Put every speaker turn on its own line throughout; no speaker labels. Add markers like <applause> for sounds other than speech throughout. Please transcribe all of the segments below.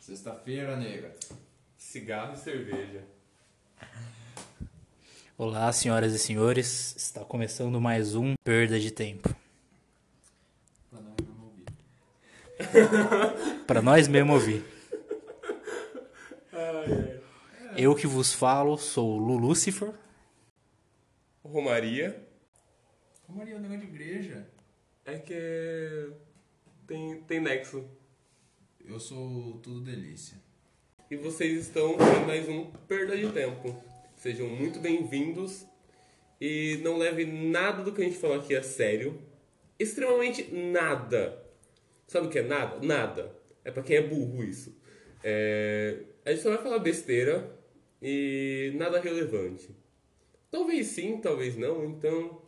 Sexta-feira, nega.
Cigarro e cerveja.
Olá, senhoras e senhores. Está começando mais um Perda de Tempo.
Pra nós não ouvir.
Para nós mesmo ouvir. Eu que vos falo sou o Lulucifer.
Romaria.
Ô, Maria, é um negócio de igreja.
É que é... Tem, tem nexo.
Eu sou tudo delícia.
E vocês estão em mais um Perda de Tempo. Sejam muito bem-vindos. E não leve nada do que a gente falou aqui a sério. Extremamente nada. Sabe o que é nada? Nada. É pra quem é burro isso. É... A gente só vai falar besteira e nada relevante. Talvez sim, talvez não. Então,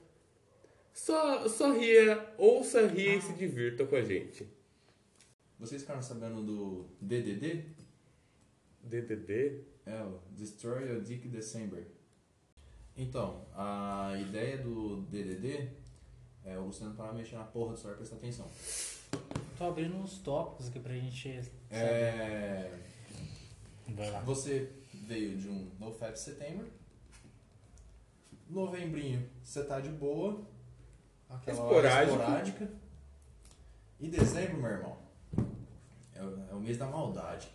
só, só ria, ouça, ria e se divirta com a gente.
Vocês ficaram sabendo do DDD?
DDD?
É, o Destroy Your Dick December. Então, a ideia do DDD é o Luciano parar de mexer na porra do celular e prestar atenção.
Tô abrindo uns tópicos aqui pra gente.
É...
Vai lá.
Você veio de um NoFap setembro. Novembrinho, você tá de boa. Aquela hora
Esporádico.
esporádica. E dezembro, meu irmão, é, o- é o mês da maldade.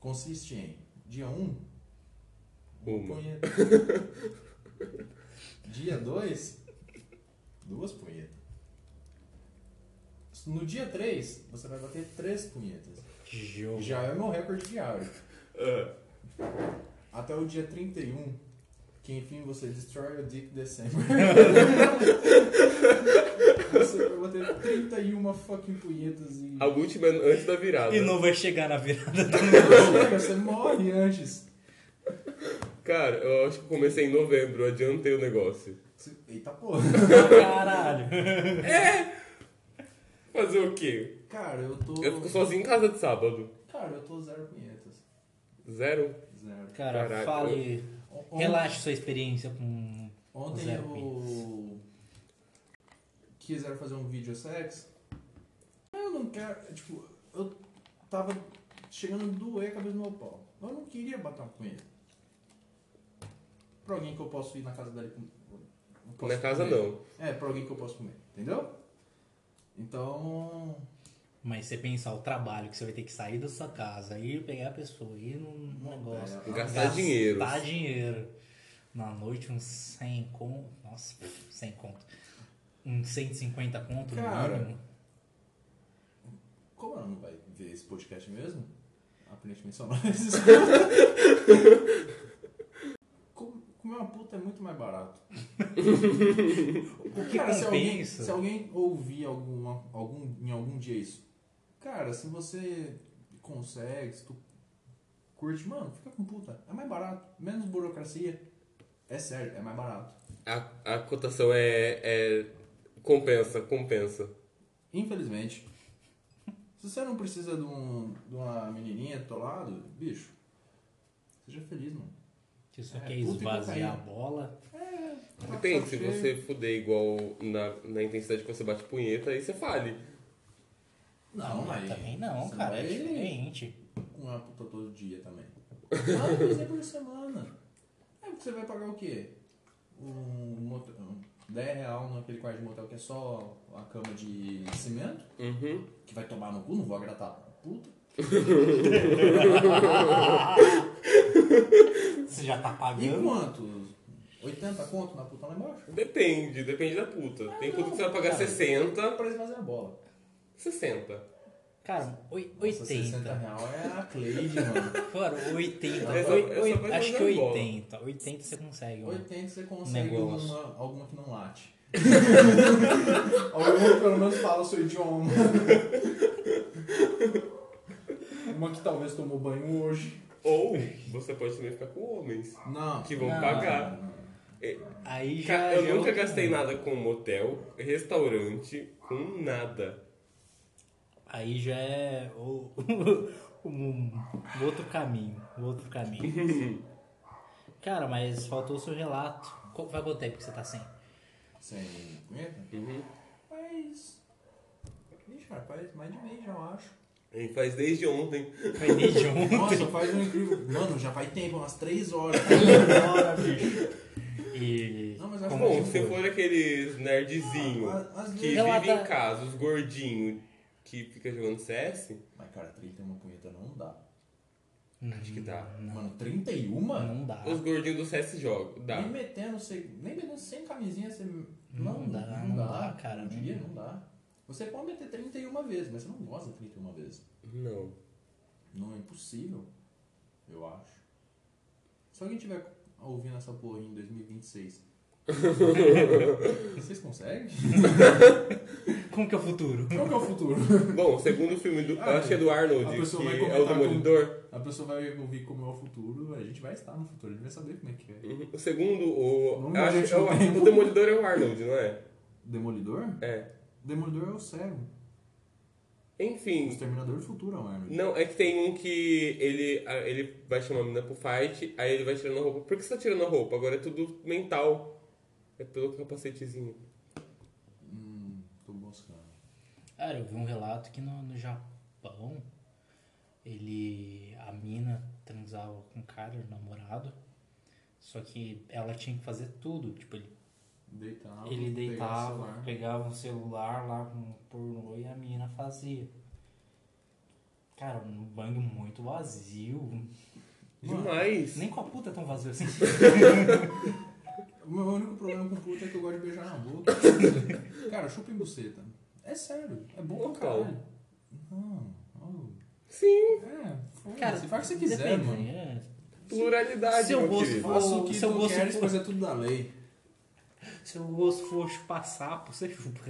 Consiste em dia 1, um,
Uma. <laughs>
punheta. dia 2, duas punhetas. No dia 3, você vai bater três punhetas.
Uhum.
Jogo.
Já é meu recorde diário.
Ah,
Até o dia 31, que enfim você destrói o Dick
<laughs>
December. você vai bater 31 fucking punhetas e.
a última é antes da virada.
E não vai chegar na virada do
Chega, <laughs> você morre antes.
Cara, eu acho que eu comecei em novembro, eu adiantei o negócio.
Você- Eita porra.
caralho.
Fazer o quê?
Cara, eu tô.
Eu fico sozinho em casa de sábado.
Cara, eu tô zero punhetas.
Zero.
Zero.
Cara,
Caraca. Um
fale.
On- on-
Relaxe sua experiência com.
Ontem
Zero
eu. Quiseram fazer um vídeo sexo. Eu não quero. Tipo, eu tava chegando a doer a cabeça do meu pau. Eu não queria bater uma punheta. Pra alguém que eu posso ir na casa dela e com. eu posso
Na casa
comer.
não.
É, pra alguém que eu posso comer, entendeu? Então.
Mas você pensar o trabalho que você vai ter que sair da sua casa, ir pegar a pessoa, ir num
Não,
negócio.
pera,
Gastar dinheiro.
Gastar dinheiro. Na noite, uns 100 conto. Nossa, 100 conto. Uns 150 conto no
Cara.
mínimo.
Como ela não vai ver esse podcast mesmo? Aparentemente
<laughs>
só nós. Com- Comer uma puta é muito mais
<laughs>
barato.
O que
se alguém,
compensa?
se alguém ouvir alguma, algum, em algum dia isso, cara, se você consegue, se tu curte, mano, fica com puta. É mais barato. Menos burocracia. É sério, é mais barato.
A, a cotação é, é. Compensa, compensa.
Infelizmente. <laughs> Se você não precisa de, um, de uma menininha do teu lado, bicho, seja feliz, mano.
Que só
É,
quer
puta e cocaína.
esvaziar a bola.
Depende, se
Saco cheio.
você fuder igual na, na intensidade que você bate punheta, aí você fale.
Não, mas
Também não,
você
cara.
vai
É diferente.
Com uma puta todo dia
<laughs>
também. Ah, uma vez por semana. Aí você vai pagar o quê? Um, motel, um 10 real naquele quarto de motel que é só a cama de cimento,
Uhum.
que vai tomar no cu, não vou agradar a puta.
Você já tá
E
pagando.
quanto? 80 conto na puta lá embaixo?
Depende, depende da puta. Tem puta que você vai pagar
cara.
60.
Pra eles fazerem a bola.
60.
Cara, oi-
Nossa, 60
80.
real é a Cleide, <laughs> mano.
Cara, 80.
Eu só- eu só
Oi-
vou
Acho que
esvaziar a bola.
80. 80 você consegue. ó.
80 você consegue
Negócio.
uma, alguma que não late. <laughs> alguma que pelo menos fala o seu idioma. <laughs> uma que talvez tomou banho hoje.
Ou você pode também ficar com homens
Não.
que vão
Não.
pagar.
Aí já.
Ca-
já é
Eu nunca
outra
gastei
coisa.
nada com motel, restaurante, com nada.
Aí já é o, <laughs> um, um outro caminho. um outro caminho. Cara, mas faltou o seu relato. Qual- Vai quanto tempo que você tá sem?
Sem punheta?
Uhum.
Faz. Ixi, rapaz, mais de mês já, eu acho.
A gente faz desde ontem.
Foi desde
<laughs>
ontem.
Nossa, faz um incrível. Mano, já faz tempo, umas 3
<laughs>
horas.
Bora, bicho. E.
Não, mas acho
como
que
Bom,
que
se
foi?
for aqueles nerdzinho
Ah, às
que
vezes-
vive em
Relata-
casa, os gordinhos que fica jogando CS,
Mas, cara, 31 punheta não dá.
acho que dá.
Mano, 31?
Não dá.
Os gordinhos do CS jogam, dá.
Nem metendo, sem- nem metendo sem camisinha, você. Não,
dá,
não,
não
dá,
dá, cara,
Não
não
dia,
dá.
não dá. Você pode meter 31 vezes, mas você não gosta de 31 vezes.
Não.
Não é impossível, eu acho. Se alguém tiver ouvindo essa porra em 2026, vocês conseguem?
Como que é o futuro?
Qual que é o futuro?
Bom, segundo o filme do.
Ah,
acho que é do Arnold,
a pessoa vai
que é
comentar
o Demolidor.
A pessoa vai ouvir como é o futuro, a gente vai estar no futuro, a gente vai saber como é que é.
Uhum. O segundo, o.
Não,
acho,
gente,
é o,
não tem.
o Demolidor é o Arnold, não é?
Demolidor?
É.
Demolidor é o cego. O
Enfim.
Exterminador do Futuro é o Arnold.
Não, é que tem um que ele, a- ele vai chamar a mina pro fight, aí ele vai tirando a roupa. Por que você tá tirando a roupa? Agora é tudo mental. É pelo capacetezinho.
Hum, tô buscando.
Cara, eu vi um relato que no, no Japão, ele. A mina transava com o cara, o namorado. Só que ela tinha que fazer tudo. Tipo, ele,
Deitava. pegava
ele
o
deitava,
celular.
pegava um celular lá com um pornô e a mina fazia. Cara, um banho muito vazio.
Demais.
Nem com a puta é tão vazio assim.
O meu único problema com puta é que eu gosto de beijar na <laughs> boca. cara, chupa em buceta. É sério. É bom pra
Opa.
caralho. Não. oh.
Sim,
É, foda-se.
Cara,
faz o que você quiser,
depende,
mano.
é.
pluralidade,
Seu
meu
gosto
querido.
Faça o que
Seu
tu
gosto
queres,
for-
pois é tudo da lei.
Se o gosto for chupar sapo, você
<laughs>
chupa.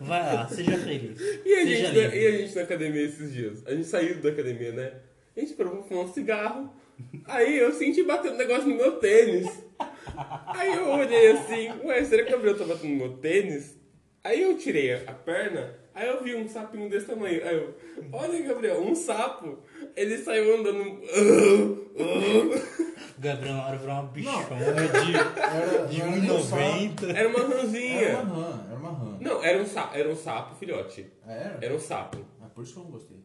Vai lá, seja feliz.
E
seja
a,
né?
gente, na,
livre.
e a gente na academia esses dias? A gente saiu da academia, né? A gente provou fumar um cigarro. Aí eu senti batendo um negócio no meu tênis. Aí eu olhei assim, ué, será que o Gabriel tá batendo no meu tênis? Aí eu tirei a, a perna, aí eu vi um sapinho desse tamanho. Aí eu, olha Gabriel, um sapo. Ele saiu andando. um,
O Gabriel na hora virou uma bichona
Era,
de, de
não era nem um sapo.
1,90.
<laughs> Era uma
Era
ranzinha.
uma rã, era uma rã.
Não, era um, sa era um sapo, filhote.
Ah, Era?
Era um sapo.
Ah, por isso que eu não <laughs> gostei.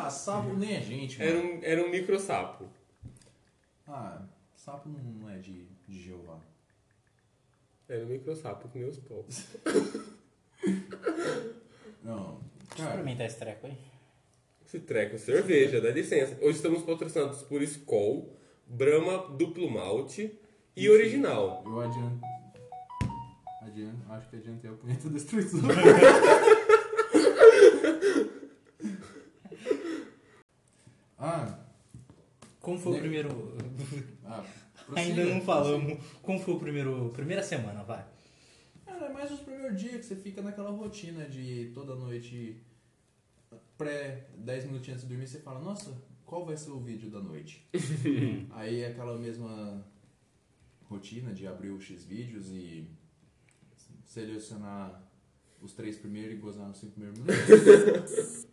ah, sapo nem é gente, mano.
Era um, era um micro sapo.
Ah, sapo não- não é de, de Jeová.
Era um micro sapo com meus povos.
Não,
Deixa eu
cara,
experimentar esse treco aí.
Se treca é cerveja, dá licença. Hoje estamos patrocinados por Skol, Brahma Duplo Malte e Original.
eu adianto. Adianto, acho que adiantei a punheta
<laughs>
destruidor. ah,
Como foi o
Ne-
primeiro.
ah,
Ainda
prossiga.
Né? não falamos. Como foi o primeiro. Primeira semana, vai.
Cara, é mais os primeiros dias que você fica naquela rotina de toda noite, pré 10 minutinhos antes de dormir, você fala, nossa, qual vai ser o vídeo da noite? Aí é aquela mesma rotina de abrir os X vídeos e selecionar os três primeiros e gozar nos cinco primeiros minutos.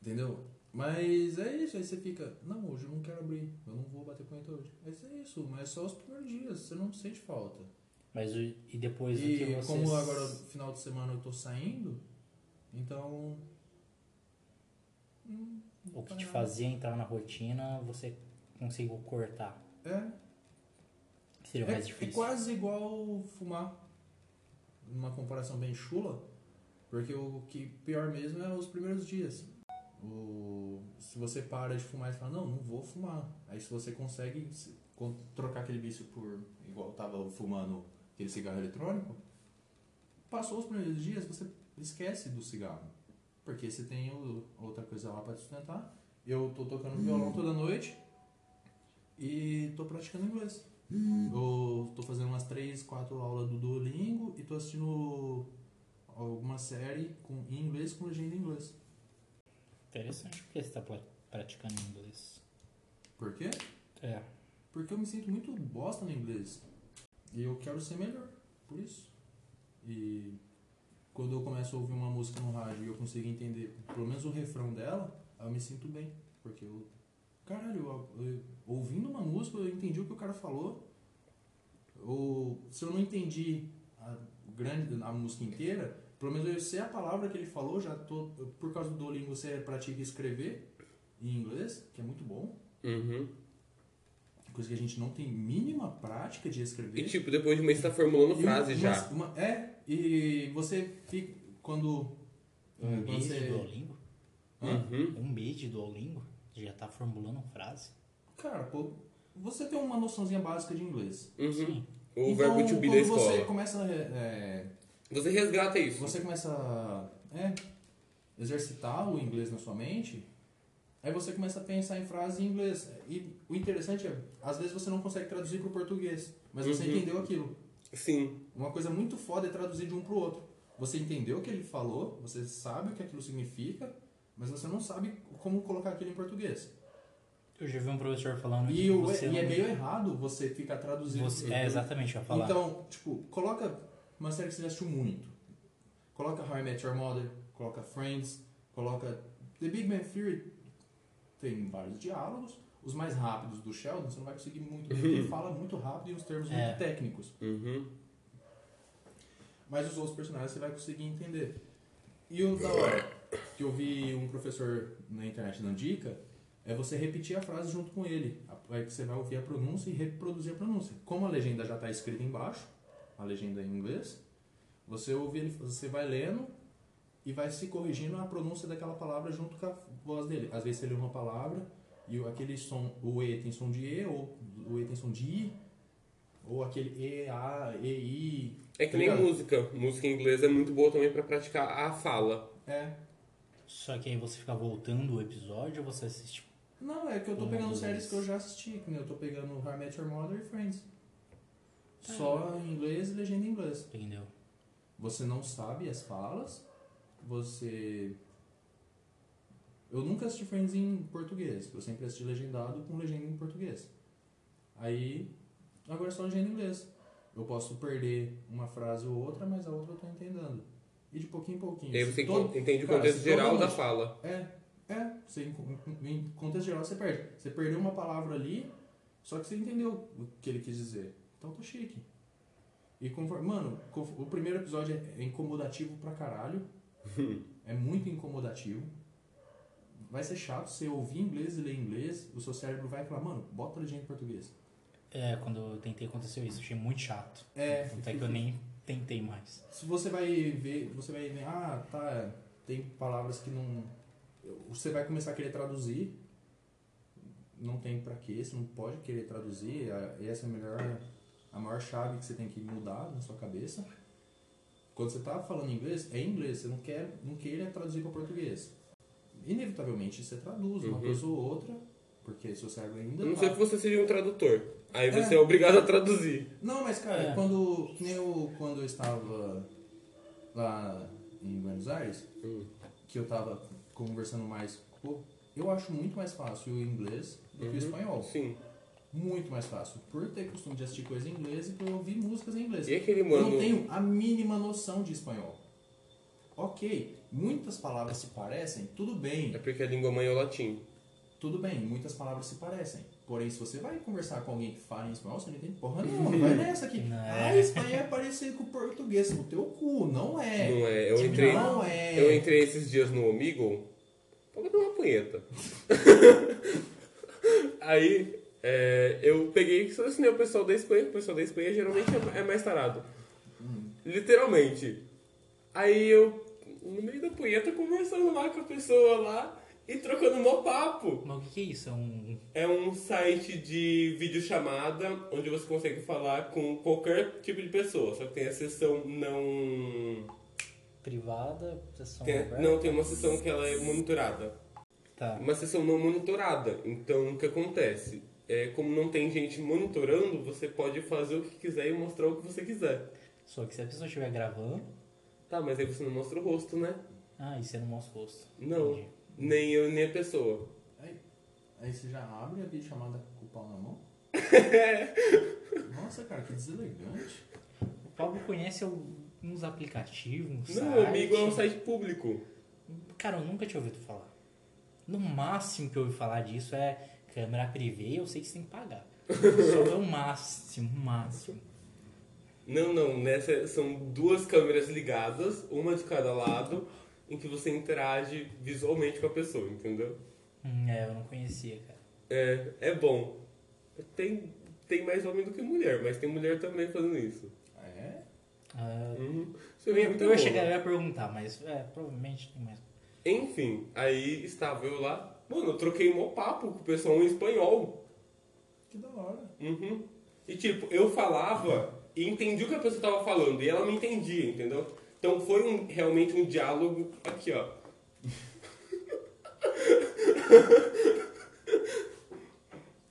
Entendeu? Mas é isso, aí você fica, não, hoje eu não quero abrir, eu não vou bater punheta hoje. Mas é isso, mas só os primeiros dias, você não sente falta.
Mas o- e depois o que
E
vocês.
como agora final de semana eu tô saindo, então. hum,
O que te fazia entrar na rotina, você conseguiu cortar.
É,
Seria mais
é, é
difícil.
quase igual fumar. Uma comparação bem chula. Porque o que pior mesmo é os primeiros dias. O, se você para de fumar e fala, não, não vou fumar. Aí se você consegue se- con- trocar aquele vício por. igual eu tava fumando aquele cigarro eletrônico, passou os primeiros dias, você esquece do cigarro. Porque você tem o- outra coisa lá pra te sustentar. Eu tô tocando
Hum.
violão toda noite e tô praticando inglês. Eu tô fazendo umas 3, 4 aulas do Duolingo e tô assistindo alguma série com, em inglês com legenda em inglês.
Interessante porque você tá pla- praticando inglês.
Por quê?
É.
Porque eu me sinto muito bosta no inglês. E eu quero ser melhor, por isso. E quando eu começo a ouvir uma música no rádio e eu consigo entender pelo menos o refrão dela, aí eu me sinto bem. Porque eu. Caralho, eu- eu- ouvindo uma música, eu entendi o que o cara falou. Ou se eu não entendi a, grande, a música inteira, Pelo menos eu sei a palavra que ele falou, já tô, por causa do Duolingo você pratica escrever em inglês, que é muito bom.
Uhum.
Coisa que a gente não tem mínima prática de escrever.
E tipo, depois de um mês você tá formulando
E
frase
uma-
já.
uma- é, e você fica. Quando.
Um
quando
mês de
você,
Duolingo?
Hã?
Uhum.
Um mês de Duolingo? Já tá formulando frase?
Cara, pô, você tem uma noçãozinha básica de inglês.
Uhum.
Sim.
O
então,
verbo to be da
quando você
escola.
começa. é,
Você resgata isso.
você começa a é, exercitar o inglês na sua mente, aí você começa a pensar em frases em inglês. E o interessante é, às vezes você não consegue traduzir para o português, mas você
Uhum.
entendeu aquilo.
Sim.
Uma coisa muito foda é traduzir de um para o outro. Você entendeu o que ele falou, você sabe o que aquilo significa, mas você não sabe como colocar aquilo em português.
Eu já vi um professor falando que
E, o-
você
e é
não-
meio errado você ficar traduzindo.
você- é, exatamente, eu ia falar.
Então, tipo, coloca uma série que você já assistiu muito. Coloca How I Met Your Mother, coloca Friends, coloca The Big Bang Theory. Tem vários diálogos. Os mais rápidos do Sheldon, você não vai conseguir muito bem,
<laughs>
porque ele fala muito rápido e os termos
É.
muito técnicos.
Uhum.
Mas os outros personagens você vai conseguir entender. E o da hora que eu vi um professor na internet dando dica é você repetir a frase junto com ele. Aí que você vai ouvir a pronúncia e reproduzir a pronúncia. Como a legenda já está escrita embaixo, a legenda é em inglês, você ouve ele, você vai lendo e vai se corrigindo a pronúncia daquela palavra junto com a voz dele. Às vezes você lê uma palavra e o- aquele som, o E tem som de E, ou o E tem som de I, ou aquele E, A, E, I.
É que
tá
nem
ligado?
música. Música em inglês é muito boa também pra praticar a fala.
É.
Só que aí você fica voltando o episódio ou você assiste?
Não, é que eu tô
Um,
pegando
dois.
séries que eu já assisti, que nem eu tô pegando How I Met Your Mother e Friends.
Tá.
Só em inglês e legenda em inglês.
Entendeu?
Você não sabe as falas, você. Eu nunca assisti Friends em português, eu sempre assisti legendado com legenda em português. Aí, agora é só legenda em inglês. Eu posso perder uma frase ou outra, mas a outra eu tô entendendo. E de pouquinho em pouquinho.
E aí
Se
você
todo-
entende o
Cara,
contexto
se
geral
todo
da
mundo-
fala.
é, é. Você, em, em contexto geral você perde. Você perdeu uma palavra ali, só que você entendeu o que ele quis dizer. Então tá chique. E conforme. Mano, conf- o primeiro episódio é- é incomodativo pra caralho. é muito incomodativo. Vai ser chato você ouvir inglês e ler inglês, o seu cérebro vai falar, mano, bota legenda em português.
É, quando eu tentei aconteceu isso, achei muito chato.
É.
Até que eu nem tentei mais.
Se você vai ver, você vai ver, ah, tá, tem palavras que não. Você vai começar a querer traduzir. Não tem pra quê, você não pode querer traduzir. a- Essa é a melhor. A maior chave que você tem que mudar na sua cabeça. Quando você tá falando inglês, é inglês, você não quer, não queira traduzir para português. Inevitavelmente você traduz uma
Uhum.
coisa ou outra, porque seu cérebro ainda
A não
tá-
ser que você seja um tradutor. Aí você é,
É.
obrigado a traduzir.
Não, mas cara,
É.
quando. Que nem eu quando eu estava lá em Buenos Aires,
Hum.
que eu tava conversando mais. Pô, eu acho muito mais fácil o inglês do que o espanhol.
Uhum. Sim.
Muito mais fácil. Por ter costume de assistir coisa em inglês e por ouvir músicas em inglês.
E aquele
Eu não
mano.
tenho a mínima noção de espanhol. Ok, muitas palavras se parecem, tudo bem.
É porque a língua mãe é o latim.
Tudo bem, muitas palavras se parecem. Porém, se você vai conversar com alguém que fala em espanhol, você não entende porra nenhuma. Não
Uhum.
vai nessa aqui.
Não.
Ah, espanhol é parecido com o português. O teu cu, não é.
Não é. Eu entrei.
Não é.
Eu entrei esses dias no Omegle pra dar uma punheta. <laughs> Aí é, eu peguei e selecionei o pessoal da Espanha. O pessoal da Espanha geralmente é, é mais tarado.
Hum.
Literalmente. Aí eu, no meio da punheta, conversando lá com a pessoa lá e trocando mó papo.
Mas o que que é isso? É um.
É um site de videochamada onde você consegue falar com qualquer tipo de pessoa. Só que tem a sessão não.
privada, sessão
tem-
aberta?
não, tem uma sessão que ela é monitorada.
Tá.
uma sessão não monitorada. Então, o que acontece? É, como não tem gente monitorando, você pode fazer o que quiser e mostrar o que você quiser.
Só que se a pessoa estiver gravando,
Tá, mas aí você não mostra o rosto, né?
ah, e você não mostra o rosto.
Não.
Entendi.
Nem eu, nem a pessoa.
Aí, aí você já abre a videochamada com o pau na
<laughs>
mão? Nossa, cara, que deselegante.
O Pablo conhece uns aplicativos, um
Não,
site.
amigo, é um site público.
Cara, eu nunca tinha ouvido falar. No máximo que eu ouvi falar disso é
<laughs>
câmera privê, eu sei que você tem que pagar. Só é o máximo, o máximo.
Não, não, nessa são duas câmeras ligadas, uma de cada lado, em que você interage visualmente com a pessoa, entendeu?
Hum, é, eu não conhecia, cara.
É, é bom. Tem, tem mais homem do que mulher, mas tem mulher também fazendo isso.
Ah, é?
Ah,
Uhum. Isso é
eu, ia-
muito
eu ia
bom.
chegar, eu ia perguntar, mas é, provavelmente tem mais.
Enfim, aí estava eu lá. Mano, eu troquei um papo com o pessoal em espanhol.
Que da hora.
Uhum. E tipo, eu falava e entendi o que a pessoa tava falando. E ela me entendia, entendeu? Então foi um, realmente um diálogo aqui, ó.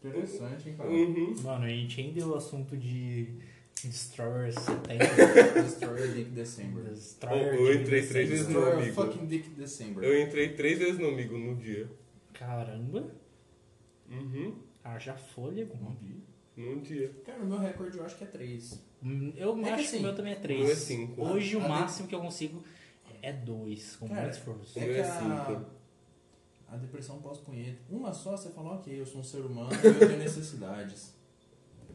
Interessante,
Tá.
hein, cara?
Uhum.
Mano, a gente ainda deu o assunto de Destroyer
<laughs>
70.
Destroyer Dick December.
Destroyer.
Eu
de
entrei três vezes.
December.
Destroyer
amigo.
fucking Dick December.
Eu entrei três vezes no amigo no dia.
Caramba,
Uhum.
haja fôlego,
Não
mano.
vi.
Num dia.
Cara, o meu recorde eu acho que é 3.
Hum, Eu
É que
acho que,
assim,
o meu também é
o meu
3.
é cinco.
Hoje
Ah,
o
ah,
máximo que eu consigo é 2, com
Cara,
muito esforço.
É
meu
que
é
a,
cinco.
a depressão pós-punheta. Uma só você fala, ok, eu sou um ser humano e eu tenho necessidades.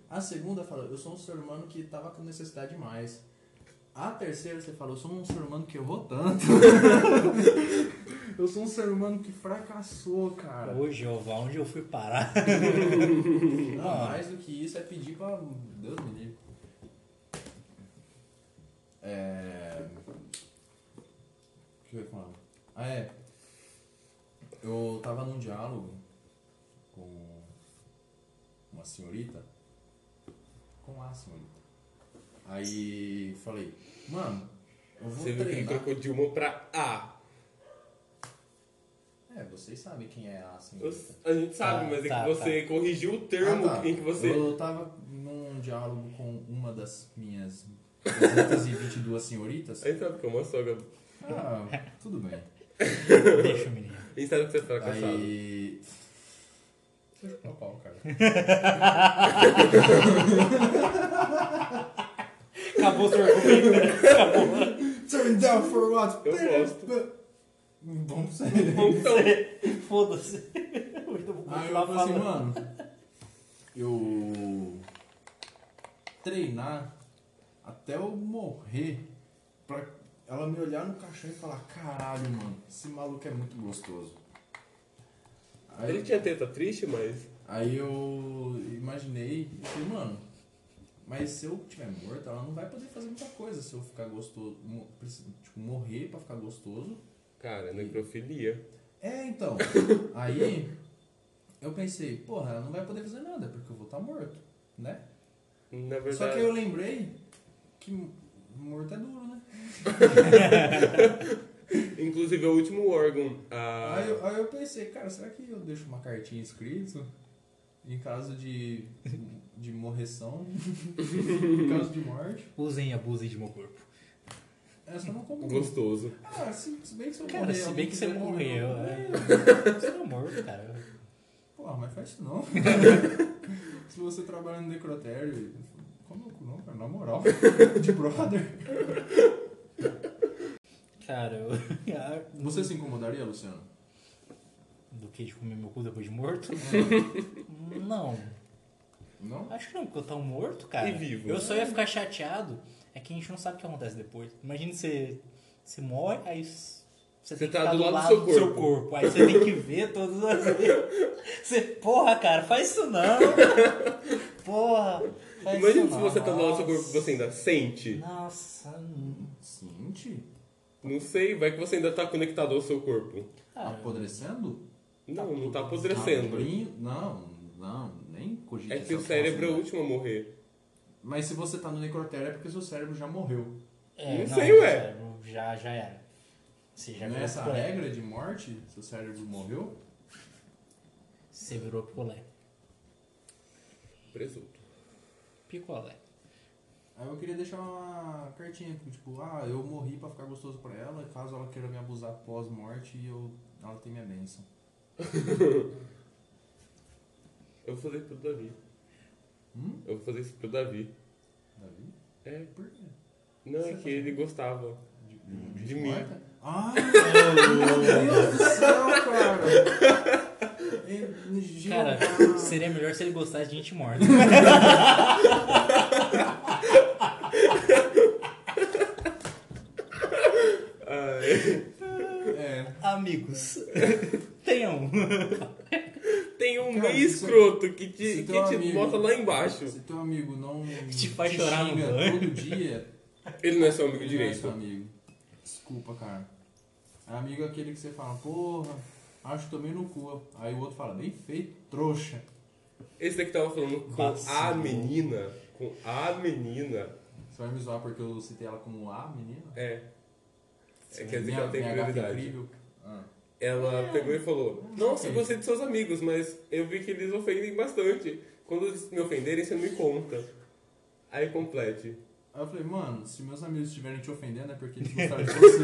A segunda fala, eu sou um ser humano que tava com necessidade demais. A terceira você fala, eu sou um ser humano que errou tanto. <laughs> eu sou um ser humano que fracassou, cara.
Hoje, Jeová, onde eu fui parar?
Não, mais do que isso é pedir pra Deus me livre. É. O que eu ia falar? Ah, é. Eu tava num diálogo com uma senhorita. Com a senhorita. Aí falei, mano, eu vou
Você viu que ele
treinar.
trocou Dilma pra A.
É, vocês sabem quem é a senhorita.
Eu- a gente
Tá,
sabe, mas é
tá,
que você corrigiu o termo
Ah, tá.
em que você.
Eu tava num diálogo com uma das minhas 322 senhoritas.
A gente sabe que é uma sogra.
Ah, tudo bem.
Deixa o menino.
A gente sabe que você é fracassado.
Aí. Deixa eu pau, cara.
<laughs>
Acabou o seu argumento.
Turn down for what?
Eu gosto. <laughs>
Bom pra você.
Então,
Foda-se. Hoje eu vou
Aí eu
continuar
falei assim,
falando.
mano. Eu. Treinar até eu morrer pra ela me olhar no caixão e falar: caralho, mano, esse maluco é muito gostoso. Aí-
ele tinha teta triste, mas.
Aí eu imaginei e falei, mano, mas se eu tiver morto, ela não vai poder fazer muita coisa se eu ficar gostoso. mo- preci- Tipo, morrer pra ficar gostoso.
Cara, necrofilia.
É, então. aí eu pensei, porra, ela não vai poder fazer nada, porque eu vou estar morto, né?
Na
Só que
verdade.
eu lembrei que m- morto é duro, né?
Inclusive, é o último órgão. ah,
Ah,
A...
é.
Aí, eu- aí eu pensei, cara, será que eu deixo uma cartinha escrita? Em caso de, de
<laughs>
morreção, em caso de morte,
Usem e abusem de meu corpo.
essa eu não como.
Gostoso.
Ah, se, se bem que se eu
Cara,
morrer,
se
alguém
bem que você
quiser comer
morreu,
meu
é.
corpo,
Você não é morto, cara.
Porra, mas faz isso <laughs> não. se você trabalha no necrotério, como eu não, cara, na <laughs> moral, de brother.
Cara, eu.
Você se incomodaria, Luciano?
Do que de comer meu cu depois de morto?
É.
Não.
Não?
Acho que não, porque eu tava morto, cara.
E vivo.
Eu só ia ficar chateado. É que a gente não sabe o que acontece depois. Imagina você, você morre, aí s- você,
Você
tem que
tá
estar
do
do,
lado do
lado
seu
do seu corpo. Aí você tem que ver todas as <laughs> vezes. Você, porra, cara, faz isso
<laughs>
não. Porra. Faz
Imagina
isso
se
não.
você tá do lado do seu corpo e
Nossa.
você ainda sente.
Nossa. hum.
Sente?
Não sei, vai que você ainda tá conectado ao seu corpo.
Tá
Cara,
Ah, Apodrecendo?
Não, não tá apodrecendo.
Abrinho? Não, não, nem cogite
É que o
essa
cérebro é o
possibilidade.
último a morrer.
Mas se você tá no necrotério é porque seu cérebro já morreu.
é,
Não sei, ué.
sério, Já, já era. Você já
não é
virou
essa a
picolé.
regra de morte? Seu cérebro morreu?
Você virou picolé.
Presunto.
Picolé.
Aí eu queria deixar uma cartinha, tipo, ah, eu morri pra ficar gostoso pra ela, e caso ela queira me abusar pós-morte, eu, ela tem minha bênção.
Eu vou fazer isso pro Davi.
Hum?
Eu vou fazer isso pro Davi.
Davi?
É.
Por quê?
Não, é que ele gostava.
De, de,
De mim.
mim. Ai, Ah, meu Deus do céu, cara! E- Gil-
Cara,
ah,
seria melhor se ele gostasse de gente morta.
Ah,
É. <laughs>
amigos.
um.
Tenham.
<laughs> Tem um
Cara,
meio
se-
escroto que te,
se
que
é teu
te
amigo-
bota lá embaixo.
Se teu amigo não
Te faz chorar no
xinga
banho.
todo dia,
Ele não é seu <laughs> amigo
ele não é seu
direito.
amigo. Desculpa, cara. Amigo é aquele que você fala, porra, acho que tomei no cu. Aí o outro fala, bem feito, trouxa.
Esse daqui tava falando com a
Vacilo.
menina. Com a menina.
Você vai me zoar porque eu citei ela como a menina?
É. É, quer dizer que
Minha-
ela tem
minha gata
prioridade.
incrível. É. Ah.
Ela pegou e falou: Nossa, eu
ok.
gostei dos seus amigos, mas eu vi que eles ofendem bastante. Quando eles me ofenderem, você me conta. Aí complete.
Aí eu falei, mano, se meus amigos estiverem te ofendendo é porque eles gostaram <laughs> de você.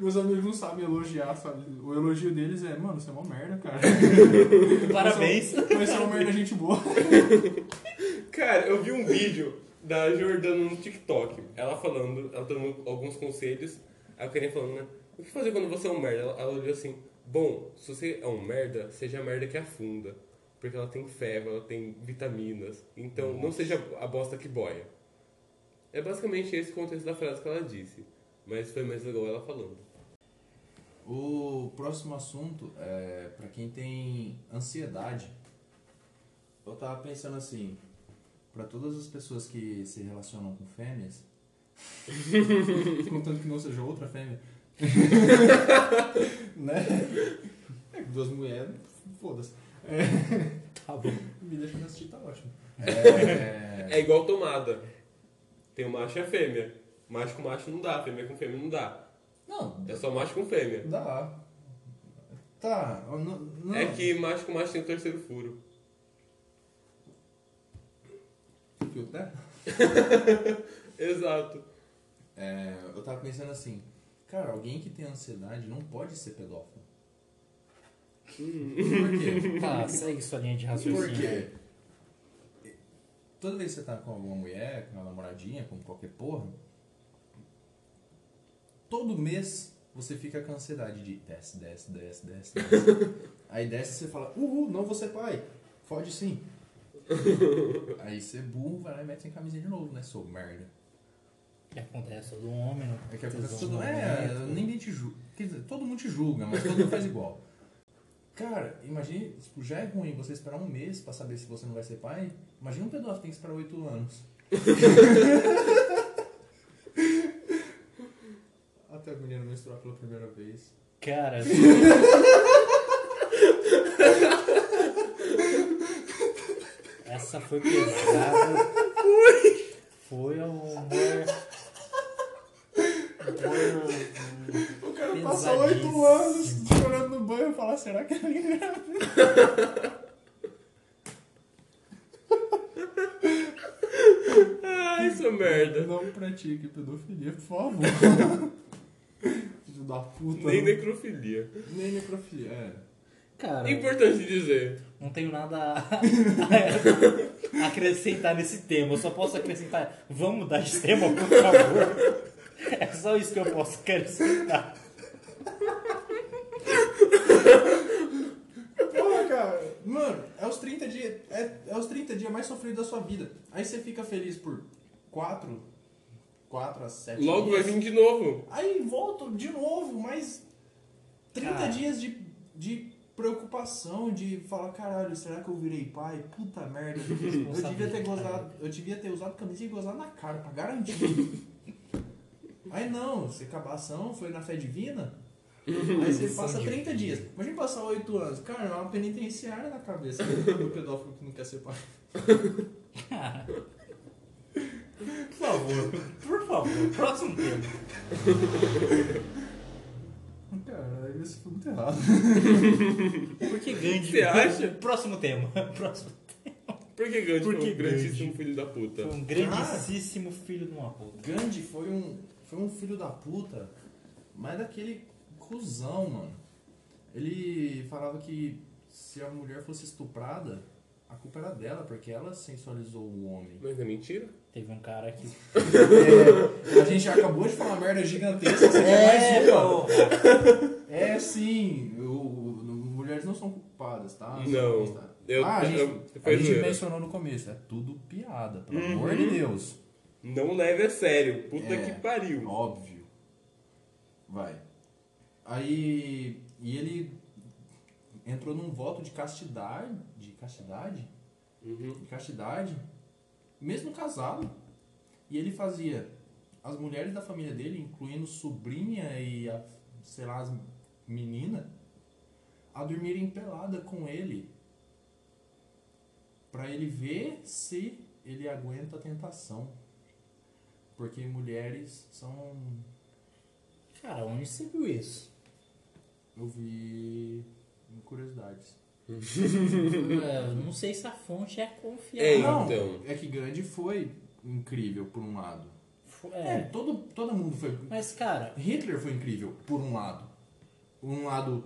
meus amigos não sabem elogiar, sabe? O elogio deles é, mano, você é uma merda, <laughs> cara.
Parabéns.
Mas você é uma merda gente boa.
Cara, eu vi um vídeo da Jordana no TikTok. Ela falando, ela dando alguns conselhos. Aí o Karen falando, né? O que fazer quando você é um merda? Ela, ela olhou assim: Bom, se você é um merda, seja a merda que afunda. Porque ela tem ferro, ela tem vitaminas. Então não seja a bosta que boia. É basicamente esse o contexto da frase que ela disse. Mas foi mais legal ela falando.
O próximo assunto é pra quem tem ansiedade. Eu tava pensando assim, pra todas as pessoas que se relacionam com
<laughs>
fêmeas, contando que não seja outra
<laughs>
fêmea, né? É, duas mulheres, foda-se. É,
Tá bom.
me deixando assistir tá ótimo. É,
É igual tomada. Tem o macho e a fêmea. Macho com macho não dá, fêmea com fêmea não dá.
não,
É só macho com fêmea.
dá. Tá, eu não, não.
É que macho com macho tem o terceiro furo.
Fio terra?
Exato.
É, eu tava pensando assim, cara, alguém que tem ansiedade não pode ser pedófilo. Por quê?
Tá, segue sua linha de
<laughs>
raciocínio.
Por quê? Toda vez que você tá com alguma mulher, com uma namoradinha, com qualquer porra, todo mês você fica com ansiedade de desce, desce, desce, desce, desce. <laughs> Aí desce e você fala, uhul, não vou ser pai. Fode <laughs> sim. Aí você é burro, vai lá e mete sem camisinha de novo, né, seu merda.
Que acontece um todo homem, não né?
É que acontece todo É, ninguém te julga. Quer dizer, todo mundo te julga, mas todo mundo faz igual. Cara, imagine, tipo, já é ruim você esperar um mês pra saber se você não vai ser pai. Imagina um pedófilo que tem que esperar oito anos. <laughs> Até a menina menstruar pela primeira vez. <laughs>
Cara, um essa foi pesada. Foi. um Foi ao humor.
O
humor
cara
passa
passa
oito
oito
Pesadíssimo.
anos chorando no banho e fala, será que ela engravida?
Ai, sua Ah, é merda.
Não pratique pedofilia, por <laughs> favor. Filho da puta. né?
Nem necrofilia.
Nem necrofilia, é.
Cara,
Importante dizer.
não tenho nada a, <laughs> a acrescentar nesse tema. Eu só posso acrescentar. Vamos mudar de tema, por favor. É só isso que eu posso acrescentar.
Porra, cara. Mano, é os 30 dias, é, é os 30 dias mais sofridos da sua vida. Aí você fica feliz por 4, 4 a 7
Logo vai
dias.
vir de novo.
Aí volta de novo, mais 30
Cara.
dias de, de preocupação, de falar, caralho, será que eu virei pai? Puta merda. <laughs> Eu devia ter gozado, eu devia ter usado camisa e gozado na cara, pra garantir. <laughs> Aí não, secabação foi na fé <laughs> divina. Aí você passa 30 dias. Imagina passar 8 anos. Cara, é uma penitenciária na <laughs> cabeça do pedófilo que não quer ser pai.
Cara. Por favor, por favor, próximo tema.
Cara, isso foi muito errado.
Por que Gandhi?
Você acha?
Próximo tema. Próximo tema.
Por que Gandhi
Por
foi
que
um grandíssimo
Gandhi?
filho da puta?
Foi um grandíssimo filho de um uma puta.
Gandhi foi um, foi um filho da puta, mas daquele cuzão, mano. Ele falava que se a mulher fosse estuprada, a culpa era dela, porque ela sensualizou o
<laughs>
homem.
Mas é mentira?
Teve um cara que.
É, a gente acabou de falar uma merda gigantesca,
É,
você quer
um
mais uma?
porra.
É sim, o- o- mulheres não são culpadas, tá?
Não.
São culpadas.
Eu-
ah, a gente,
eu-
a
foi
gente
zoeira.
mencionou no começo, é tudo piada, pelo amor de Deus.
Não leve a sério. Puta
É.
que pariu.
Óbvio. Vai. Aí. E ele entrou num voto de castidade. De castidade?
Uhum.
De castidade. Mesmo casado. E ele fazia as mulheres da família dele, incluindo sobrinha e a, sei lá, as menina, a dormirem pelada com ele. Pra ele ver se ele aguenta a tentação. Porque mulheres são.
Cara, onde você viu isso?
Eu vi. em Curiosidades.
É, Eu não sei se a fonte é
É,
confiável.
Não,
então.
é que grande foi incrível, por um lado.
Fo-
É,
É.
todo, todo mundo foi.
Mas, cara,
Hitler foi incrível, por um lado. Por um lado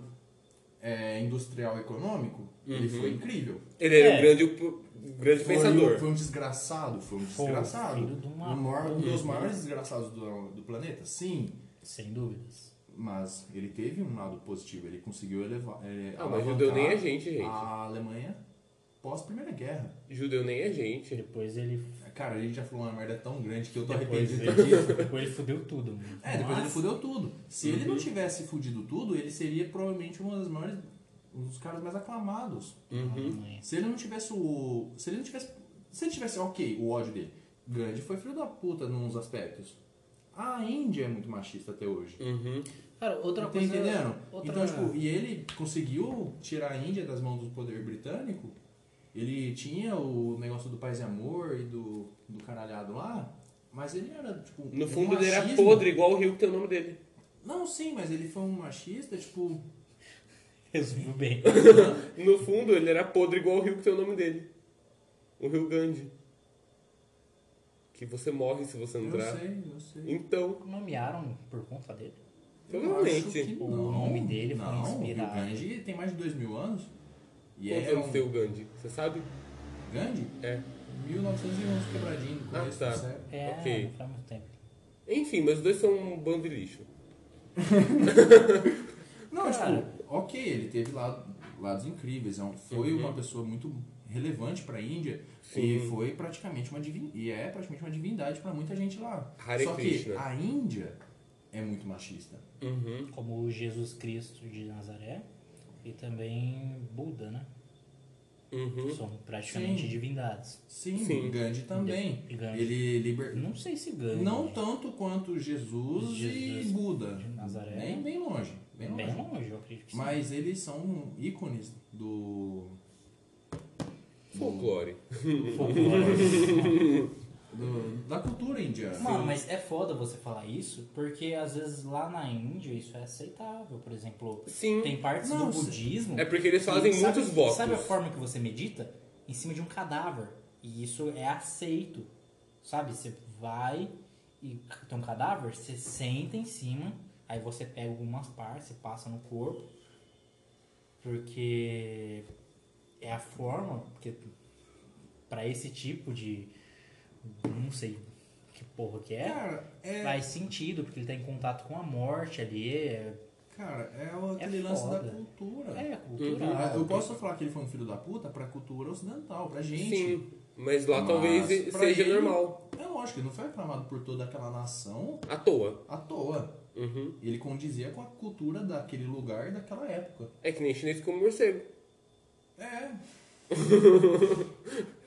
é, industrial e econômico, ele
Uhum.
foi incrível.
Ele era
É.
um grande, um grande
Foi,
pensador.
foi um desgraçado, foi um
Foi,
desgraçado.
filho de uma
Um maior- um dos
puta.
maiores desgraçados do, do planeta, sim.
sem dúvidas.
Mas ele teve um lado positivo, ele conseguiu elevar. É,
Ah, mas judeu nem a
alavancar
gente, gente.
A Alemanha pós Primeira Guerra.
Judeu nem a gente.
Depois ele.
Cara, ele já falou uma merda tão grande que eu tô
Depois
arrependido
ele,
disso.
depois ele fudeu tudo, mano.
É, depois ele
Nossa.
fudeu tudo. Se ele não tivesse fudido tudo, ele seria provavelmente uma das maiores, um dos caras mais aclamados.
Uhum.
Alemanha.
Se ele não tivesse o. Se ele não tivesse. Se ele tivesse, ok, o ódio dele. Grande foi filho da puta nos aspectos. A Índia é muito machista até hoje.
Uhum.
Cara, outra
tá
coisa. é
entendendo?
outra-
Então, tipo, e ele conseguiu tirar a Índia das mãos do poder britânico. Ele tinha o negócio do paz e amor e do, do caralhado lá, mas ele era, tipo.
No
um
fundo ele era
machismo.
podre, igual o rio que tem o nome dele.
Não, sim, mas ele foi um machista, tipo.
Resumiu bem.
No fundo ele era podre, igual o rio que tem o nome dele. O rio Gandhi. Que você morre se você
Eu
entrar.
sei, eu sei.
Então,
Nomearam por conta dele?
Acho que
provavelmente.
não.
O nome dele foi
não,
inspirado.
O Gandhi tem mais de dois mil anos. E
Quantos
é
anos
um
tem o Gandhi? Você sabe?
Gandhi?
É.
1911 quebradinho, no
Ah,
começo
tá.
do século.
É,
Ok.
não faz muito tempo.
Enfim, mas os dois são um bando de lixo.
Não,
Cara.
tipo, ok, ele teve lado- lados incríveis. é um- Foi uma pessoa muito relevante pra Índia e
Uhum. Sim.
foi praticamente uma divin, e é praticamente uma divindade pra muita gente lá.
Hare
Só que
Krishna.
a Índia é muito machista.
Uhum.
Como o Jesus Cristo de Nazaré e também Buda, né?
Uhum.
São praticamente
Sim.
divindades.
Sim,
Sim.
Gandhi também.
E Gandhi.
Ele liber...
Não sei se né? ganha.
Não tanto quanto Jesus,
Jesus
e Buda.
de Nazaré.
Nem bem longe. Bem
Bem
longe.
longe, eu acredito que sim.
Mas eles são ícones do.
Folclore.
Uhum. <laughs> Folclore.
do- da cultura indiana.
né? Mano, mas é foda você falar isso, porque às vezes lá na Índia isso é aceitável. Por exemplo,
Sim.
tem partes
Não,
do
se-
budismo.
É porque eles fazem
que-
muitos
sabe,
votos.
Sabe a forma que você medita? Em cima de um cadáver. E isso é aceito. Sabe? Você vai e tem um cadáver, você senta em cima, aí você pega algumas partes, você passa no corpo. Porque é a forma, porque para esse tipo de não sei que porra que é,
Cara, é.
faz sentido, porque ele tá em contato com a morte ali, é,
Cara, é o- aquele lance
foda.
da cultura.
é
Ah,
cultural.
Eu posso falar que ele foi um filho da puta pra cultura ocidental, pra gente.
Sim. Mas lá
Mas
talvez
pra
seja
ele-
normal.
É lógico, ele não foi aclamado por toda aquela nação
À toa.
à toa.
Uhum.
Ele condizia com a cultura daquele lugar e daquela época.
É que nem chinês come morcego.
É. Hum, <laughs>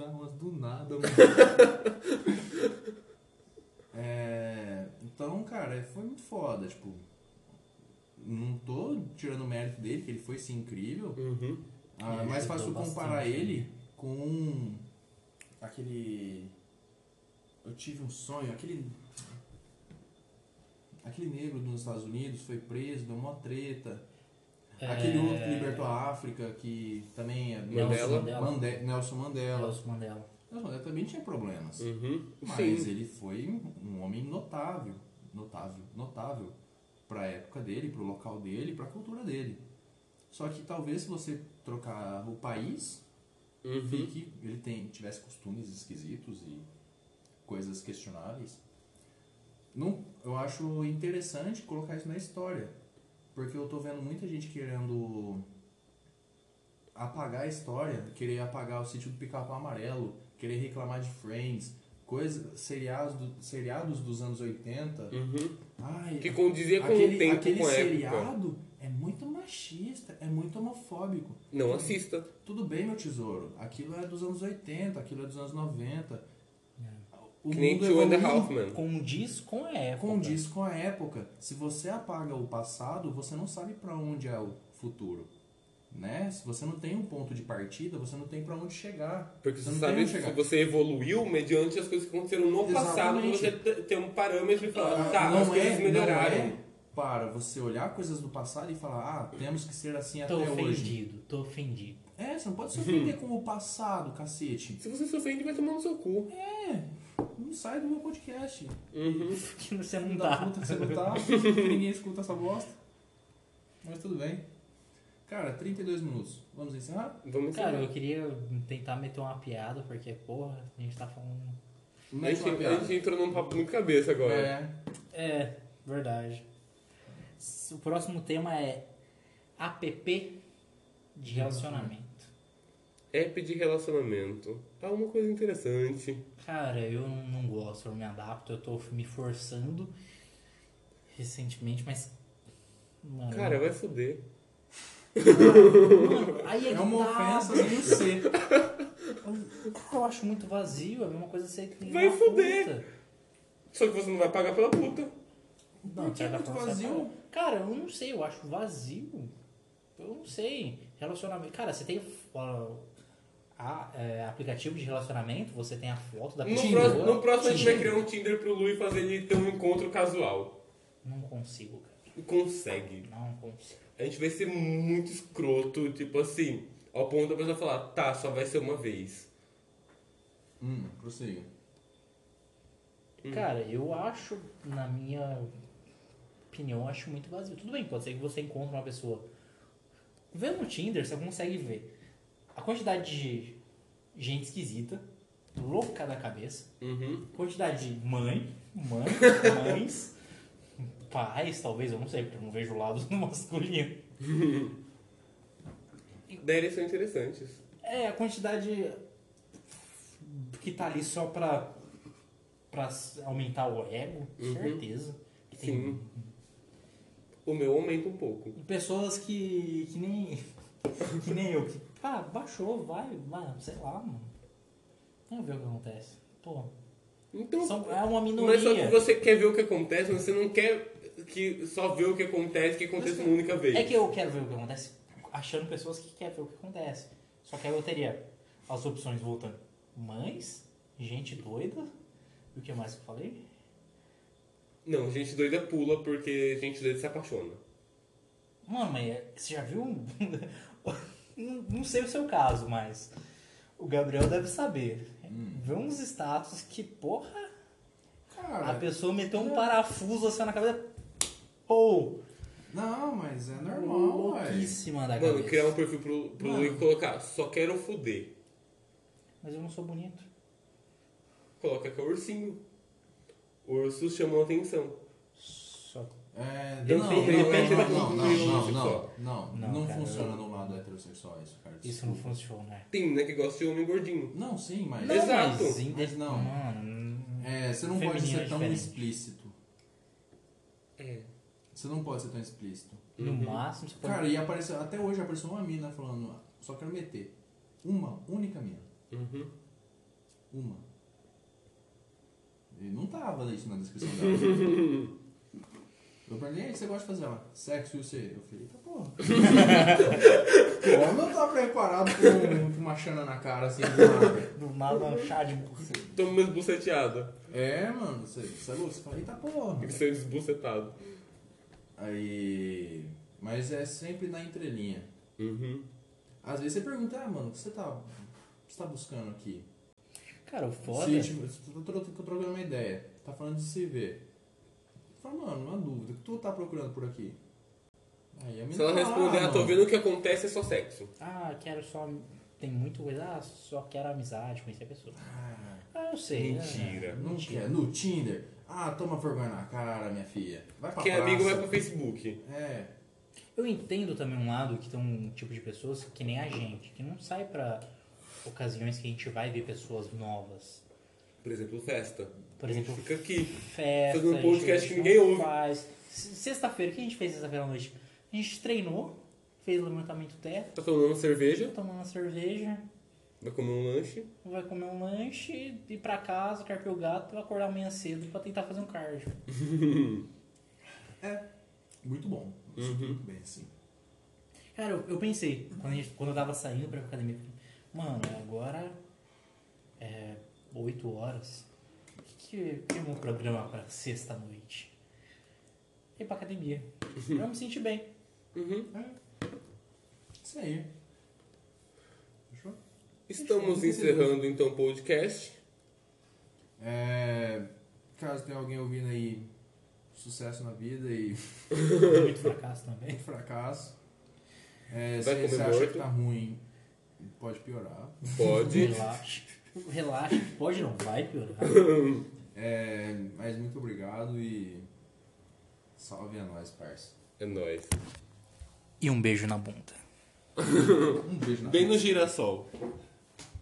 Dá umas do nada, mano. <laughs> É, então, cara, é- foi muito foda, tipo. Não tô tirando o mérito dele, que ele foi sim incrível.
Uhum.
Ah,
Ele
mas fácil
ajudou
comparar
bastante,
ele com aquele. Eu tive um sonho, aquele. Aquele negro dos Estados Unidos foi preso, deu uma treta.
É.
Aquele outro que libertou a África, que também é.
Mandela.
Mande- Nelson Mandela.
Nelson Mandela.
Nelson Mandela também tinha problemas.
Uhum.
Mas
Sim.
ele foi um homem notável. Notável, notável. Pra época dele, pro local dele, pra cultura dele. Só que talvez se você trocar o país,
Uhum.
fique, ele tem, tivesse costumes esquisitos e coisas questionáveis. Não, eu acho interessante colocar isso na história. Porque eu tô vendo muita gente querendo apagar a história, querer apagar o sítio do pica-pau amarelo, querer reclamar de Friends, coisa, seriados, do- seriados dos anos 80.
Uhum.
Ai,
Que condizia com o tempo,
aquele
com a época.
seriado é muito machista, é muito homofóbico.
Não assista.
Tudo bem, meu tesouro, aquilo é dos anos 80, aquilo é dos anos 90. O
É. Que nem
mundo
Two and a
evoluiu. É,
Half Men.
Condiz com a época.
Condiz com a época. Se você apaga o passado, você não sabe pra onde é o futuro. Né? Se você não tem um ponto de partida, você não tem pra onde chegar.
Porque
você
você
não tem
sabe
onde
se
chegar.
você evoluiu mediante as coisas que aconteceram no passado,
Exatamente.
você te- tem um parâmetro e falar, tá,
não
as coisas
é,
melhoraram.
Não é para você olhar coisas do passado e falar, ah, temos que ser assim até
Tô
hoje.
ofendido, tô
<laughs>
ofendido.
É, você não pode se ofender com o passado, cacete.
Se você se ofende, vai tomar no seu cu.
É, não sai do meu podcast.
Uhum.
Que você não
Filho da
dá.
puta que você não
<laughs>
tá, que ninguém escuta essa bosta. Mas tudo bem. Cara, 32 minutos. Vamos encerrar?
Vamos encerrar.
Cara, eu queria tentar meter uma piada, porque, porra, a gente tá falando.
a,
Mete uma
gente, a
piada.
gente entrou num papo muito cabeça agora.
É,
É, verdade. S- O próximo tema é app de relacionamento. É.
App de relacionamento. É uma coisa interessante.
Cara, eu não não gosto, eu não me adapto, eu tô me forçando recentemente, mas. Mano,
Cara, vai foder.
<laughs> mano, aí é,
é uma
que tá.
ofensa sem o ser.
Eu- Eu acho muito vazio, é a mesma coisa que você tem
Vai
uma
fuder.
puta.
Só que você não vai pagar pela puta.
Não,
Por que
cara,
muito
você
vazio?
fala- Cara, eu não sei, eu acho vazio. Eu não sei. Relacionamento. Cara, você tem ó, a- é, aplicativo de relacionamento, você tem a foto da
No,
pessoa.
próximo- no próximo a gente vai
Tá Tinder.
criar um Tinder pro Lu e fazer ele ter um encontro casual.
Não consigo, cara.
Consegue.
Não consigo.
A gente vai ser muito escroto, tipo assim, ao ponto da pessoa falar, tá, só vai ser uma vez.
Hum, prossiga.
Cara, eu acho, na minha opinião, eu acho muito vazio. Tudo bem, pode ser que você encontre uma pessoa. Vê no Tinder, você consegue ver a quantidade de gente esquisita, louca da cabeça,
Uhum.
quantidade de mãe, mãe, mães, pais, talvez, eu não sei, porque eu não vejo o lado <laughs> masculino.
Daí eles são interessantes.
É, a quantidade que tá ali só pra, pra aumentar o ego,
Uhum.
certeza. Que tem
Sim. O meu aumenta um pouco.
pessoas que, que nem <laughs> que nem eu, que, ah, baixou, vai, vai, sei lá, mano. Vamos ver o que acontece. Pô,
Então,
são- é uma
mas só que
minoria.
você quer ver o que acontece, mas você não quer que só ver o que acontece, que aconteça uma única vez.
É que eu quero ver o que acontece achando pessoas que querem ver o que acontece. Só que aí eu teria as opções voltando. Mães, gente doida, e o que mais que eu falei?
Não, gente doida pula porque gente doida se apaixona.
Mano, mas você já viu? <laughs> um- não, não sei o seu caso, mas o Gabriel deve saber. Vê uns status que, porra, a
Cara,
pessoa meteu um parafuso assim na cabeça. Pô!
não, mas é normal, ué.
Louquíssima da
Mano, criar um
cabeça.
perfil pro, pro
É Mano.
Lu e colocar, só quero foder.
Mas eu não sou bonito.
Coloca que é o ursinho. O urso chamou atenção.
Só
É,
Eu
não,
sei, de repente vai
não, não,
concluir
não,
homossexual.
não, não, não,
Não,
não,
cara,
funciona
eu-
no lado heterossexual isso, cara.
isso não funciona. né?
Tem menina que gosta de homem gordinho.
Não, sim, mas...
Não, Exato.
Mas, inde-
Mas não.
Mano,
É, você não
Feminino
pode
é
ser tão
diferente.
explícito.
É.
Você não pode ser tão explícito.
no
Uhum.
máximo você pode.
É. Cara, e apareceu, até hoje apareceu uma mina falando, "Ah, só quero meter. Uma única mina.
Uhum.
Uma. E não tava isso na descrição
<laughs>
dela. Eu perguntei, "E aí, o que você gosta de fazer? Ela, sexo e você? Eu falei, tá porra. Como eu tava preparado com, com uma chana na cara assim do nada.
do nada um chá de
<laughs> Toma uma esbuceteada.
É, mano, você, você é louco? Eu falei, tá porra.
Ele saiu esbucetado.
Aí. Mas é sempre na entrelinha.
Uhum.
Às vezes você pergunta, ah, mano, o que você tá, o que você tá buscando aqui?
Cara, o foda.
Se, tipo, se tu tá tro- tro- trocando uma ideia, tá falando de se ver. Fala, mano, uma dúvida, o que tu tá procurando por aqui? Aí a
Se
menina
ela
fala,
responder, ah, tô
mano,
vendo o que acontece, é só sexo.
Ah, quero só. Tem muita coisa. Ah, só quero amizade, conhecer a pessoa.
Ah,
Ah, eu sei.
Mentira.
né?
não quer, no Tinder. Ah, toma vergonha na cara, minha filha. Vai pra
Quem é
praça.
amigo vai pro Facebook.
É,
Eu entendo também um lado que tem um tipo de pessoas que nem a gente, que não sai pra ocasiões que a gente vai ver pessoas novas.
Por exemplo, festa.
Por
A gente
exemplo,
fica aqui.
festa.
Fazer um
a gente-
podcast
a gente
que ninguém
não
ouve.
Faz. Se- Sexta-feira, o que a gente fez sexta-feira à noite? A gente treinou, fez levantamento teto,
Tá tomando uma cerveja,
tomou uma cerveja,
vai comer um lanche.
vai comer um lanche, ir pra casa, carpir o gato e acordar amanhã cedo pra tentar fazer um cardio.
É. Muito bom. Eu
Uhum.
sinto Muito bem, assim.
Cara, eu, eu pensei, quando, a gente- quando eu tava saindo pra academia, eu falei, mano, agora é 8 horas. O que, que, que eu vou programar pra sexta-noite? Ir pra academia. Eu me senti bem.
Uhum.
Isso aí. Fechou?
Estamos encerrando então o podcast.
É, caso tenha alguém ouvindo aí sucesso na vida e <laughs>
Muito fracasso também.
fracasso. É,
Vai
se você
comer
acha
morto.
que tá ruim, pode piorar.
Pode. <laughs>
Relaxa. Relaxa. Pode não, vai piorar.
É, mas muito obrigado e salve a nós, parça.
É nóis.
E um beijo na bunda.
Um beijo na
Bem
testa.
no girassol.